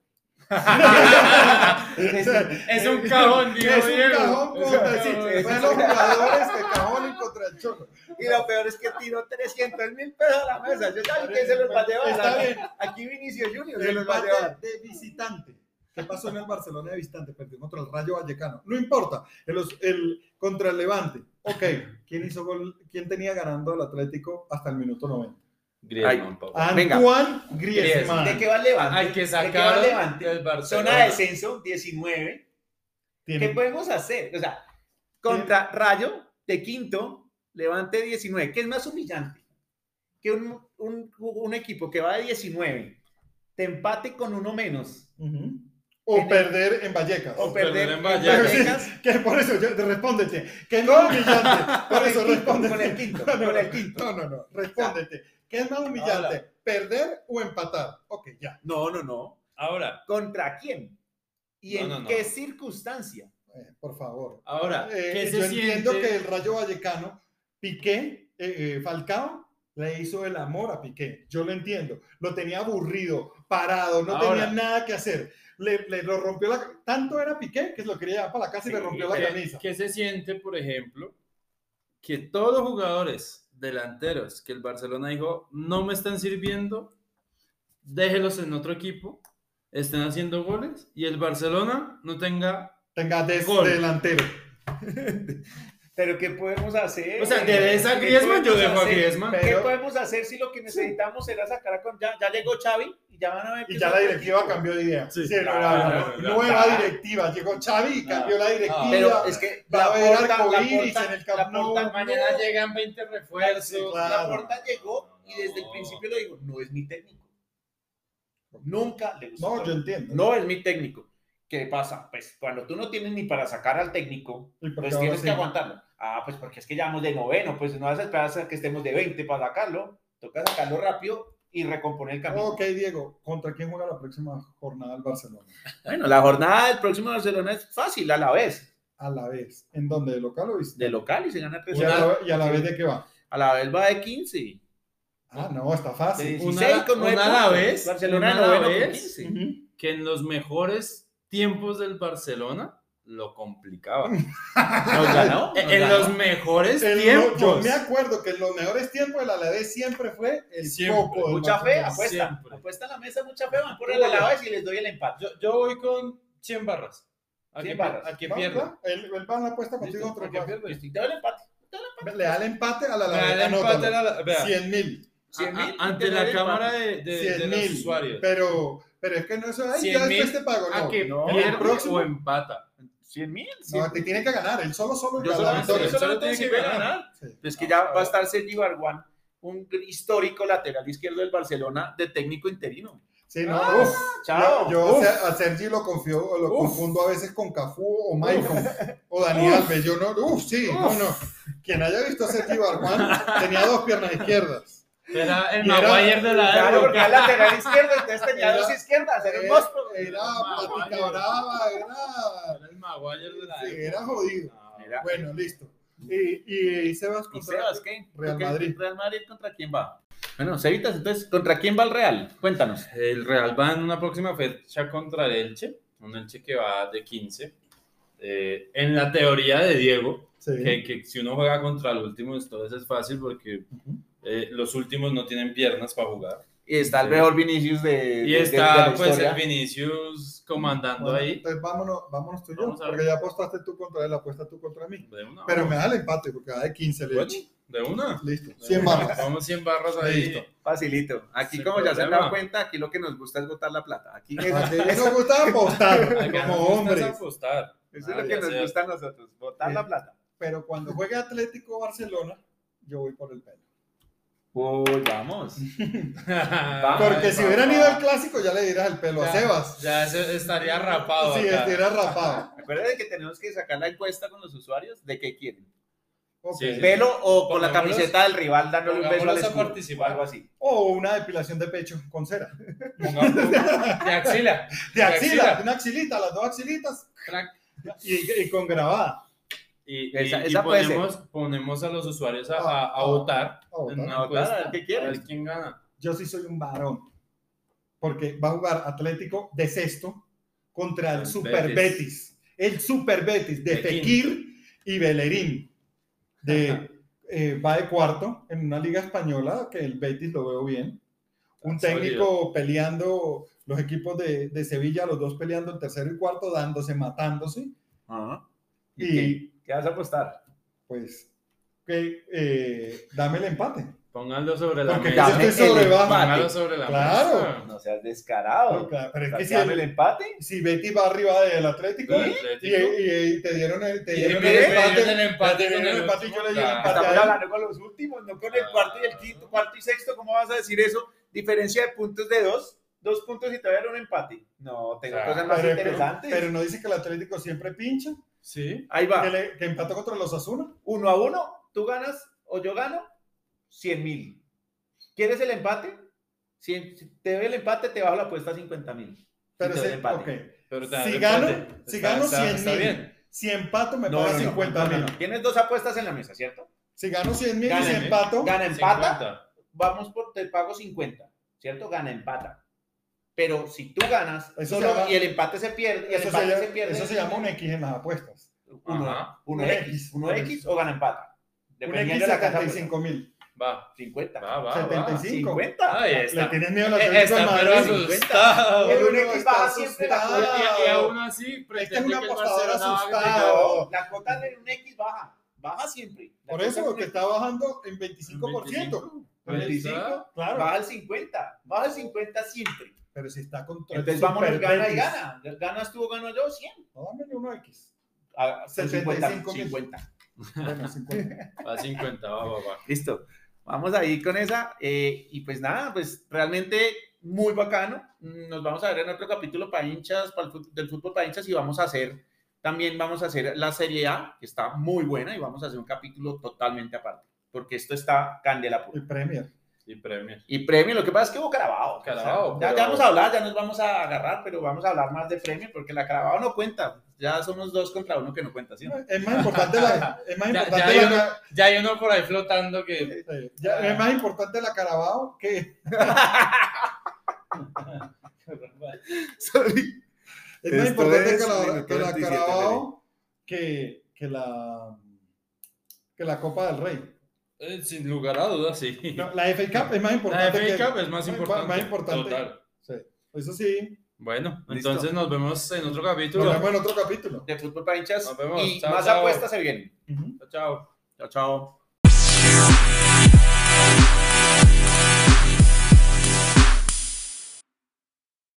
Speaker 1: Es-
Speaker 3: [laughs]
Speaker 2: [laughs]
Speaker 3: [laughs] Es un cajón, digo,
Speaker 2: Es un
Speaker 3: Diego.
Speaker 2: cajón
Speaker 3: Es un
Speaker 2: contra sí.
Speaker 3: cajón.
Speaker 2: Fue los jugadores de cajón y contra el Cholo.
Speaker 1: Y lo peor es que tiró 300 mil pesos a la mesa. Yo sabía que se los va a llevar.
Speaker 2: Está bien.
Speaker 1: Aquí Vinicius Junior se los va a llevar.
Speaker 2: Empate de visitante. ¿Qué pasó en el Barcelona de visitante? Perdimos contra el Rayo Vallecano. No importa. El, os- el- contra el Levante. Ok. ¿Quién hizo gol? ¿Quién tenía ganando el Atlético hasta el minuto 90?
Speaker 3: Griezmann, papá.
Speaker 1: Venga.
Speaker 2: Antoine Griezmann.
Speaker 1: ¿De qué va el Levante?
Speaker 3: Hay que
Speaker 1: ¿De qué va
Speaker 3: sacar
Speaker 1: el Levante?
Speaker 3: el Barcelona.
Speaker 1: Zona de descenso, 19. ¿Qué
Speaker 2: Tiene-
Speaker 1: podemos hacer? O sea, contra Rayo de quinto, Levante 19. ¿Qué es más humillante? Que un, un- un equipo que va de 19 te empate con uno menos
Speaker 2: Ujú. O perder en Vallecas.
Speaker 1: o
Speaker 3: perder
Speaker 1: perder
Speaker 3: en
Speaker 1: en
Speaker 3: Vallecas.
Speaker 1: Vallecas
Speaker 2: Que por eso, yo, respóndete.
Speaker 1: [laughs]
Speaker 2: Que no es humillante. Por
Speaker 1: con el
Speaker 2: eso,
Speaker 1: quinto,
Speaker 2: respóndete.
Speaker 1: con el
Speaker 2: [laughs]
Speaker 1: quinto, con el quinto.
Speaker 2: No, no, no. Respóndete. ¿Qué es más humillante? ¿Perder o empatar? Ok, ya.
Speaker 1: No, no, no.
Speaker 3: Ahora,
Speaker 1: ¿Contra quién? ¿Y
Speaker 3: No,
Speaker 1: en
Speaker 3: no, no.
Speaker 1: qué circunstancia?
Speaker 2: Eh, por favor.
Speaker 3: ahora,
Speaker 2: Eh,
Speaker 3: ¿qué se
Speaker 2: yo
Speaker 3: siente?
Speaker 2: entiendo que el Rayo Vallecano, Piqué, eh, eh, Falcao, le hizo el amor a Piqué. Yo lo entiendo. Lo tenía aburrido, parado, no
Speaker 3: Ahora.
Speaker 2: tenía nada que hacer. Le, le lo rompió la... Tanto era Piqué que lo quería llevar para la casa y le
Speaker 1: Sí,
Speaker 2: rompió la
Speaker 3: ¿Qué-
Speaker 2: camisa.
Speaker 3: ¿Qué se siente, por ejemplo, que todos los jugadores delanteros que el Barcelona dijo no me están sirviendo, déjelos en otro equipo, estén haciendo goles y el Barcelona no tenga
Speaker 2: Tenga des
Speaker 3: Gol.
Speaker 2: delantero.
Speaker 3: Pero ¿qué podemos hacer?
Speaker 4: O
Speaker 2: Eh,
Speaker 4: sea, debes a Griezmann, yo dejo a Griezmann.
Speaker 3: ¿Qué
Speaker 2: Pero-
Speaker 3: podemos hacer si lo que necesitamos era sacar a con... Ya, ya llegó Xavi y ya van a ver...
Speaker 2: Y
Speaker 3: que
Speaker 2: ya
Speaker 3: son-
Speaker 2: la directiva cambió de idea.
Speaker 4: Sí.
Speaker 2: Sí, Ah, no, Ah.
Speaker 4: Claro,
Speaker 2: la-
Speaker 4: claro, claro.
Speaker 2: nueva directiva. Llegó Xavi y cambió la directiva.
Speaker 1: Pero es que
Speaker 2: Va a haber
Speaker 3: Laporta-
Speaker 2: arcoíris
Speaker 3: Laporta-
Speaker 2: en el Camp Nou.
Speaker 3: Laporta
Speaker 4: Mañana llegan 20 refuerzos.
Speaker 2: Sí, claro.
Speaker 3: La puerta llegó y desde el principio le digo, no es mi técnico. Nunca le gustó.
Speaker 2: No, yo entiendo.
Speaker 1: No es mi técnico.
Speaker 3: técnico. ¿Qué pasa? Pues cuando tú no tienes ni para sacar al técnico,
Speaker 2: ¿Y por qué
Speaker 3: pues
Speaker 2: ahora
Speaker 3: tienes
Speaker 2: sí?
Speaker 3: que aguantarlo. Ah, pues porque es que ya vamos de noveno, pues no vas a esperar hasta que estemos de 20 para sacarlo. Toca sacarlo rápido y recomponer el camino.
Speaker 2: Ok, Diego, ¿contra quién juega la próxima jornada el Barcelona?
Speaker 1: Bueno, la jornada del próximo Barcelona es fácil a la vez.
Speaker 2: A la vez. ¿En dónde? ¿De local o visitante?
Speaker 1: De local y se gana
Speaker 2: ¿Y
Speaker 1: 3
Speaker 2: a
Speaker 1: a
Speaker 2: la, y a la vez de qué va?
Speaker 1: A la vez va de 15.
Speaker 2: Ah, no, está fácil.
Speaker 1: De
Speaker 4: Una-
Speaker 1: 16 con nueve
Speaker 4: una a la
Speaker 1: puntos.
Speaker 4: vez,
Speaker 1: Barcelona
Speaker 4: una a la
Speaker 1: noveno con
Speaker 4: vez.
Speaker 1: 15.
Speaker 2: Ujú.
Speaker 4: que en los mejores tiempos del Barcelona lo complicaba.
Speaker 2: [laughs]
Speaker 1: Nos
Speaker 3: [laughs]
Speaker 1: ganó.
Speaker 3: E,
Speaker 4: En
Speaker 1: nos
Speaker 4: en
Speaker 1: ganó.
Speaker 4: los mejores
Speaker 2: En lo-
Speaker 4: tiempos.
Speaker 2: yo me acuerdo que en los mejores tiempos el Alavés siempre fue el
Speaker 4: Siempre.
Speaker 2: coco del
Speaker 3: Mucha fe,
Speaker 2: Barcelona.
Speaker 3: apuesta.
Speaker 4: Siempre.
Speaker 3: Apuesta a la mesa, mucha fe, van por el alabes y les doy el empate.
Speaker 4: yo, yo voy con 100 barras. A
Speaker 3: 100
Speaker 4: que, pier-
Speaker 3: barras.
Speaker 4: A que
Speaker 2: No,
Speaker 4: pierda.
Speaker 2: no, Él, él va a la apuesta
Speaker 4: Listo,
Speaker 2: contigo otro
Speaker 4: a que pierda.
Speaker 3: Te doy el empate.
Speaker 2: Le da el empate al
Speaker 4: Me da
Speaker 2: Alavés.
Speaker 4: el empate a
Speaker 2: Anótalo.
Speaker 4: la- vea,
Speaker 2: 100 mil.
Speaker 3: Cien
Speaker 4: a- a-
Speaker 3: mil,
Speaker 4: ante
Speaker 3: te doy
Speaker 4: la
Speaker 3: el
Speaker 4: cámara
Speaker 3: empate.
Speaker 4: de, de- de
Speaker 2: 100
Speaker 4: los
Speaker 2: mil.
Speaker 4: usuarios.
Speaker 2: Pero, pero es que no es ahí.
Speaker 4: 100
Speaker 2: Ya después
Speaker 4: mil
Speaker 2: te pago.
Speaker 4: a
Speaker 2: No,
Speaker 4: que
Speaker 1: no,
Speaker 4: pierde
Speaker 2: el próximo.
Speaker 4: o empata.
Speaker 1: 100 mil.
Speaker 2: no te tiene que ganar. Él solo, solo.
Speaker 4: Yo
Speaker 2: ya
Speaker 4: solo-
Speaker 2: la victoria.
Speaker 4: yo solo tiene que ganar.
Speaker 2: Sí.
Speaker 1: Es que
Speaker 3: Ah,
Speaker 1: ya va a estar Sergio Barguán, un histórico lateral izquierdo del Barcelona de técnico interino.
Speaker 2: Sí, no.
Speaker 3: Ah,
Speaker 2: uf.
Speaker 3: Chao.
Speaker 2: Yo, yo a
Speaker 3: Uf.
Speaker 2: Ser- a Sergi lo, confío, lo
Speaker 4: Uf.
Speaker 2: confundo a veces con Cafú o Maicon o Dani Alves. Yo no, uff, sí, no, no. Quien haya visto a Sergi Barjuan tenía dos piernas izquierdas.
Speaker 4: Era el
Speaker 2: Y era-
Speaker 4: Maguire de la
Speaker 3: Claro, porque
Speaker 4: época.
Speaker 3: era lateral izquierdo, entonces este tenía
Speaker 2: Era-
Speaker 3: dos izquierdas,
Speaker 1: eh,
Speaker 3: era un
Speaker 2: Era,
Speaker 3: monstruo.
Speaker 2: era
Speaker 4: Maguire.
Speaker 2: patica brava, era,
Speaker 4: Era el Maguire de la
Speaker 2: sí,
Speaker 4: época.
Speaker 2: era jodido.
Speaker 1: Mira,
Speaker 2: Bueno, listo. Y, y, y Sebas
Speaker 1: ¿Y
Speaker 2: contra-
Speaker 1: Sebas qué?
Speaker 2: Real
Speaker 1: ¿Qué-
Speaker 2: Madrid.
Speaker 1: ¿Real Madrid contra quién va? Bueno, Cevitas, entonces, ¿contra quién va el Real? Cuéntanos.
Speaker 4: El Real va en una próxima fecha contra el Elche, un Elche que va de 15. Eh, en la teoría de Diego,
Speaker 2: Sí.
Speaker 4: que, que si uno juega contra el último, entonces es fácil porque eh, los últimos no tienen piernas para jugar.
Speaker 1: Y está el
Speaker 4: Sí.
Speaker 1: mejor Vinicius de,
Speaker 4: Y
Speaker 1: de- de- de
Speaker 4: está
Speaker 1: la
Speaker 4: pues el
Speaker 1: historia.
Speaker 4: Vinicius comandando
Speaker 2: Bueno,
Speaker 4: ahí.
Speaker 2: Entonces vámonos, vámonos tú y yo,
Speaker 4: Vamos a ver.
Speaker 2: porque ya apostaste tú contra él, apuesta tú contra mí.
Speaker 4: De una.
Speaker 2: Pero me da el empate porque da de 15 le
Speaker 4: Oye,
Speaker 2: echo.
Speaker 4: De una.
Speaker 2: Listo, 100 [laughs] barras.
Speaker 4: Vamos 100 barras ahí.
Speaker 2: Listo.
Speaker 1: Facilito. Aquí,
Speaker 4: Sin
Speaker 1: como ya se han
Speaker 4: problema. Ah,
Speaker 1: dado cuenta, aquí lo que nos gusta es botar la plata.
Speaker 4: [laughs]
Speaker 1: Aquí es-
Speaker 2: A que nos gusta apostar
Speaker 4: Acá
Speaker 2: como
Speaker 4: nos gusta es
Speaker 2: hombres.
Speaker 4: apostar.
Speaker 1: eso es
Speaker 4: Ah,
Speaker 1: lo
Speaker 4: ya
Speaker 1: que nos
Speaker 4: sea.
Speaker 1: gusta a nosotros, botar
Speaker 2: Sí.
Speaker 1: la plata.
Speaker 2: pero cuando juegue Atlético Barcelona, yo voy por el pelo.
Speaker 1: Uy,
Speaker 2: [laughs]
Speaker 1: vamos.
Speaker 2: [laughs] Porque
Speaker 4: Ay,
Speaker 2: si hubieran
Speaker 4: papá.
Speaker 2: ido al clásico, ya le dirás el pelo a
Speaker 4: Ya,
Speaker 2: Sebas.
Speaker 4: Ya se- estaría rapado.
Speaker 2: Sí,
Speaker 4: acá.
Speaker 2: estuviera
Speaker 4: [laughs]
Speaker 2: rapado.
Speaker 1: Acuérdense que tenemos que sacar la encuesta con los usuarios de qué quieren.
Speaker 2: Ok.
Speaker 4: Sí, sí.
Speaker 1: pelo o con la
Speaker 4: Pongámoslos-
Speaker 1: camiseta del rival dándole un beso al
Speaker 4: pongámoslos a
Speaker 1: escudo,
Speaker 4: participar.
Speaker 1: o algo así.
Speaker 2: O una depilación de pecho con cera.
Speaker 4: Pongamos- De axila.
Speaker 2: De axila,
Speaker 4: axila.
Speaker 2: una axilita, las dos axilitas.
Speaker 4: Crack.
Speaker 2: Y, y con grabada.
Speaker 4: Y,
Speaker 1: Esa-
Speaker 4: y- y
Speaker 1: esa puede ser.
Speaker 4: ponemos, ponemos a los usuarios a,
Speaker 2: Ah,
Speaker 4: a- a
Speaker 2: ah, A
Speaker 4: votar
Speaker 2: votar.
Speaker 4: en una
Speaker 1: A votar,
Speaker 4: encuesta,
Speaker 1: a ver qué quieren.
Speaker 4: a ver quién gana.
Speaker 2: Yo sí soy un varón. Porque va a jugar Atlético de sexto contra el
Speaker 4: El
Speaker 2: Super Betis.
Speaker 4: Betis.
Speaker 2: El Super Betis de
Speaker 4: Tequín.
Speaker 2: Fekir y Bellerín. De, eh, va de cuarto en una liga española que el Betis lo veo bien. Un
Speaker 4: Está
Speaker 2: técnico peleando, los equipos de, de Sevilla, los dos peleando el tercero y cuarto, dándose, matándose.
Speaker 1: ¿Y, qué?
Speaker 2: Y
Speaker 1: ¿Qué vas a apostar?
Speaker 2: pues, que, eh, dame el empate.
Speaker 4: Pónganlo sobre la
Speaker 2: Porque
Speaker 4: mesa.
Speaker 1: dame
Speaker 2: yo estoy
Speaker 1: el
Speaker 2: sobre baja.
Speaker 1: empate.
Speaker 4: Pónganlo sobre la
Speaker 2: Claro.
Speaker 4: mesa.
Speaker 1: No seas descarado.
Speaker 2: Pero es que si
Speaker 1: ¿Saqueame
Speaker 2: el-
Speaker 1: pues, el empate?
Speaker 2: si Betis va arriba del Atlético
Speaker 4: El
Speaker 2: y,
Speaker 4: Atlético.
Speaker 2: y- y te dieron el, te
Speaker 4: ¿Eh? Y
Speaker 2: dieron
Speaker 4: me-
Speaker 2: el
Speaker 4: me
Speaker 2: empate,
Speaker 4: dieron el empate
Speaker 2: te dieron
Speaker 4: con
Speaker 2: el
Speaker 4: el
Speaker 2: empate y yo le di el
Speaker 4: último,
Speaker 2: empate
Speaker 4: claro.
Speaker 1: Estamos
Speaker 2: a él.
Speaker 1: hablando con los últimos, no con el cuarto y el quinto, cuarto y sexto. ¿Cómo vas a decir eso? Diferencia de puntos de dos, dos puntos y todavía era un empate. No, tengo
Speaker 4: Ah,
Speaker 1: cosas más
Speaker 2: Pero,
Speaker 1: interesantes. Ah.
Speaker 2: pero no dice que el Atlético siempre pincha,
Speaker 4: Sí.
Speaker 1: Ahí va,
Speaker 2: que, le- que empató contra los Asuna.
Speaker 1: uno a uno, tú ganas o yo gano, 100 mil. ¿Quieres el empate? Si si te doy el empate, te bajo la apuesta a 50 mil.
Speaker 2: Pero
Speaker 1: Sí,
Speaker 2: si,
Speaker 1: el empate.
Speaker 2: ok.
Speaker 4: Pero te-
Speaker 2: Si
Speaker 4: te-
Speaker 2: gano-
Speaker 4: te-
Speaker 2: si
Speaker 4: está-
Speaker 2: gano
Speaker 4: está-
Speaker 2: 100.000.
Speaker 4: Está bien.
Speaker 2: Si empato me
Speaker 1: No,
Speaker 2: paga
Speaker 1: no, no,
Speaker 2: 50 mil.
Speaker 1: Tienes dos apuestas en la mesa, ¿cierto?
Speaker 2: Si gano 100 mil y si
Speaker 4: Gáname.
Speaker 2: empato,
Speaker 1: Gana empata,
Speaker 4: 50.
Speaker 1: vamos por, te pago 50, ¿cierto? Gana empata. Pero si tú ganas
Speaker 2: Eso
Speaker 1: o sea,
Speaker 2: se llama-
Speaker 1: y el empate se pierde, y el
Speaker 2: eso se,
Speaker 1: empate se,
Speaker 2: llama-
Speaker 1: pierde.
Speaker 2: eso se llama un X en las apuestas.
Speaker 4: Ajá.
Speaker 1: 1X,
Speaker 2: Un
Speaker 1: 1X o gana empata.
Speaker 2: Un
Speaker 1: Dependiendo de
Speaker 2: X
Speaker 1: la casa. pues,
Speaker 2: 75 mil.
Speaker 4: Va,
Speaker 1: 50.
Speaker 4: va, va.
Speaker 2: 75.
Speaker 1: 50.
Speaker 4: Ay,
Speaker 2: Le
Speaker 4: está.
Speaker 2: tienes miedo al Atlético de
Speaker 4: Está, Eh, pero
Speaker 2: Madrid.
Speaker 4: asustado.
Speaker 1: Pero un
Speaker 2: Uno
Speaker 1: X
Speaker 2: está
Speaker 1: baja siempre la
Speaker 2: asustado.
Speaker 1: cuota.
Speaker 4: Y, y aún así,
Speaker 2: Este es un
Speaker 4: pretende que el
Speaker 1: Ah,
Speaker 2: apostador
Speaker 4: Barcelona va a ganar.
Speaker 2: asustado.
Speaker 1: La cuota de un X baja.
Speaker 5: baja siempre. La
Speaker 2: Por
Speaker 5: cosa
Speaker 2: eso,
Speaker 5: es
Speaker 2: que está bajando en 25%.
Speaker 5: 25,
Speaker 2: Claro.
Speaker 5: baja al 50, baja al 50 siempre.
Speaker 2: Pero si está con todo.
Speaker 5: Entonces vamos, gana y gana. Ganas tú, gano yo, 100.
Speaker 2: No, dámele uno X.
Speaker 5: Ah,
Speaker 2: 75 mil.
Speaker 5: 50.
Speaker 2: Bueno,
Speaker 5: [laughs]
Speaker 2: 50.
Speaker 4: A 50, va, va, va.
Speaker 1: Listo. Vamos a ir con esa. eh, y pues nada, pues realmente muy bacano. Mm, Nos vamos a ver en otro capítulo para hinchas, para el fut- del fútbol para hinchas y vamos a hacer, también vamos a hacer la Serie A, que está muy buena y vamos a hacer un capítulo totalmente aparte, porque esto está candela pura.
Speaker 2: El Premier.
Speaker 4: Y premios.
Speaker 1: Y premio, lo que pasa es que hubo Carabao. pues,
Speaker 4: Carabao,
Speaker 1: ya, ya
Speaker 4: pero-
Speaker 1: vamos a hablar, ya nos vamos a agarrar, pero vamos a hablar más de premio, porque la Carabao no cuenta. Ya somos dos contra uno que no cuenta,
Speaker 4: [laughs]
Speaker 1: ¿sí? o no?
Speaker 2: Es más importante la, es más
Speaker 4: Ya-
Speaker 2: importante
Speaker 4: ya
Speaker 2: la,
Speaker 4: Ya hay uno por ahí flotando que.
Speaker 2: Sí, ya- es más importante la Carabao que.
Speaker 1: Sorry.
Speaker 2: Es más
Speaker 1: Esto
Speaker 2: importante
Speaker 1: es
Speaker 2: que la,
Speaker 1: minuto
Speaker 2: que la
Speaker 1: 27,
Speaker 2: Carabao que, que la. Que la Copa del Rey.
Speaker 4: eh, sin lugar a dudas, sí.
Speaker 2: No, la FA Cup es más
Speaker 4: La
Speaker 2: importante.
Speaker 4: FA
Speaker 2: que-
Speaker 4: Cup es más
Speaker 2: ma-
Speaker 4: importante.
Speaker 2: Más importante.
Speaker 4: Total.
Speaker 2: Eso sí,
Speaker 4: Bueno,
Speaker 1: Listo.
Speaker 4: entonces nos vemos en otro
Speaker 2: nos
Speaker 4: capítulo.
Speaker 2: vemos en otro capítulo.
Speaker 1: De fútbol para hinchas.
Speaker 4: Nos vemos.
Speaker 1: Y
Speaker 4: Chao,
Speaker 1: más
Speaker 4: chao.
Speaker 1: apuestas se vienen.
Speaker 4: Chao.
Speaker 1: Chao, chao.